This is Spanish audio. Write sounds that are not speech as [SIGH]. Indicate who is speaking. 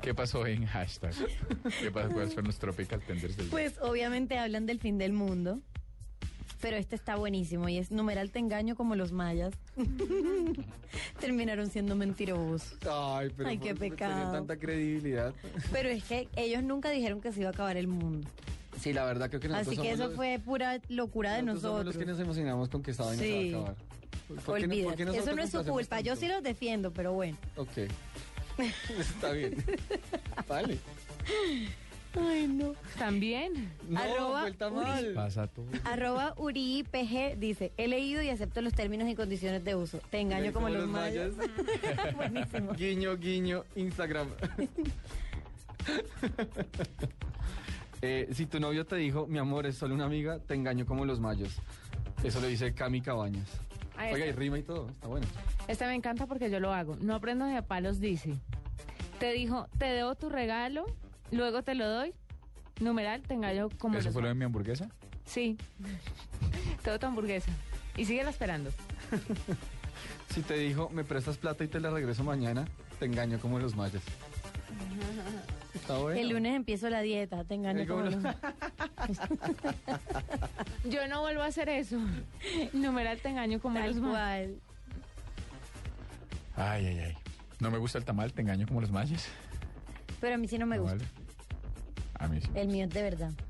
Speaker 1: ¿Qué pasó en hashtag? ¿Qué pasó? ¿Cuáles fueron los tropical tenders del día?
Speaker 2: Pues obviamente hablan del fin del mundo. Pero este está buenísimo y es numeral te engaño como los mayas. [LAUGHS] Terminaron siendo mentirosos.
Speaker 3: Ay, pero
Speaker 2: Ay, qué
Speaker 3: por- por tener
Speaker 2: pecado.
Speaker 3: tanta credibilidad.
Speaker 2: Pero es que ellos nunca dijeron que se iba a acabar el mundo.
Speaker 3: Sí, la verdad creo que nosotros
Speaker 2: Así que
Speaker 3: pues, somos
Speaker 2: eso
Speaker 3: los-
Speaker 2: fue pura locura de
Speaker 3: nosotros somos los
Speaker 2: nosotros.
Speaker 3: que nos emocionamos con que esta vaina
Speaker 2: Sí.
Speaker 3: se va a acabar. ¿Por qué no- por qué
Speaker 2: Olvídate.
Speaker 3: nosotros
Speaker 2: Eso no es su
Speaker 3: nos hacemos
Speaker 2: culpa. Yo
Speaker 3: tanto?
Speaker 2: sí los defiendo, pero bueno.
Speaker 3: Ok. [LAUGHS] Está bien. Vale.
Speaker 2: Ay, no.
Speaker 4: También.
Speaker 3: No,
Speaker 2: Arroba
Speaker 3: vuelta
Speaker 2: Uri.
Speaker 3: mal.
Speaker 1: Pasa todo.
Speaker 2: Arroba UriPG dice, he leído y acepto los términos y condiciones de uso. Te engaño como, los, mayas. [LAUGHS] Buenísimo.
Speaker 3: guiño, guiño,
Speaker 2: [LAUGHS]
Speaker 3: Instagram. Eh, si tu novio te dijo, mi amor, es solo una amiga, te engaño como los mayos. Eso lo dice Cami Cabañas.
Speaker 4: Ah,
Speaker 3: Oiga, y
Speaker 4: este.
Speaker 3: rima y todo. Está bueno.
Speaker 4: Este me encanta porque yo lo hago. No aprendas de a palos, dice. Te dijo, te debo tu regalo, luego te lo doy. Numeral, te engaño como
Speaker 1: ¿Eso
Speaker 4: los
Speaker 1: fue lo de
Speaker 4: mayas.
Speaker 1: mi hamburguesa?
Speaker 4: Sí. [LAUGHS] te doy tu hamburguesa. Y síguela esperando.
Speaker 3: Si te dijo, me prestas plata y te la regreso mañana, te engaño como los mayas. Está bueno.
Speaker 2: El lunes empiezo la dieta, te engaño
Speaker 3: Ay,
Speaker 2: como
Speaker 3: cómo
Speaker 2: los
Speaker 3: no.
Speaker 2: mayas.
Speaker 4: Yo no vuelvo a hacer eso. [LAUGHS] Numeral, te engaño como los
Speaker 2: Tal
Speaker 4: mayas.
Speaker 2: cual.
Speaker 1: Ay, ay, ay. No me gusta el tamal, te engaño como los mayas.
Speaker 2: Pero a mí sí no me
Speaker 1: No
Speaker 2: gusta.
Speaker 1: vale. A mí sí.
Speaker 2: El mío es de verdad.